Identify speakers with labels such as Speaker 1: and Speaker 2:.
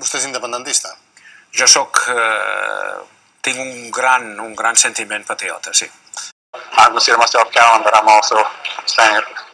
Speaker 1: Vostè és independentista?
Speaker 2: Jo sóc... Eh, tinc un gran, un gran sentiment patriota, sí.
Speaker 3: I consider myself Callan, but I'm also saying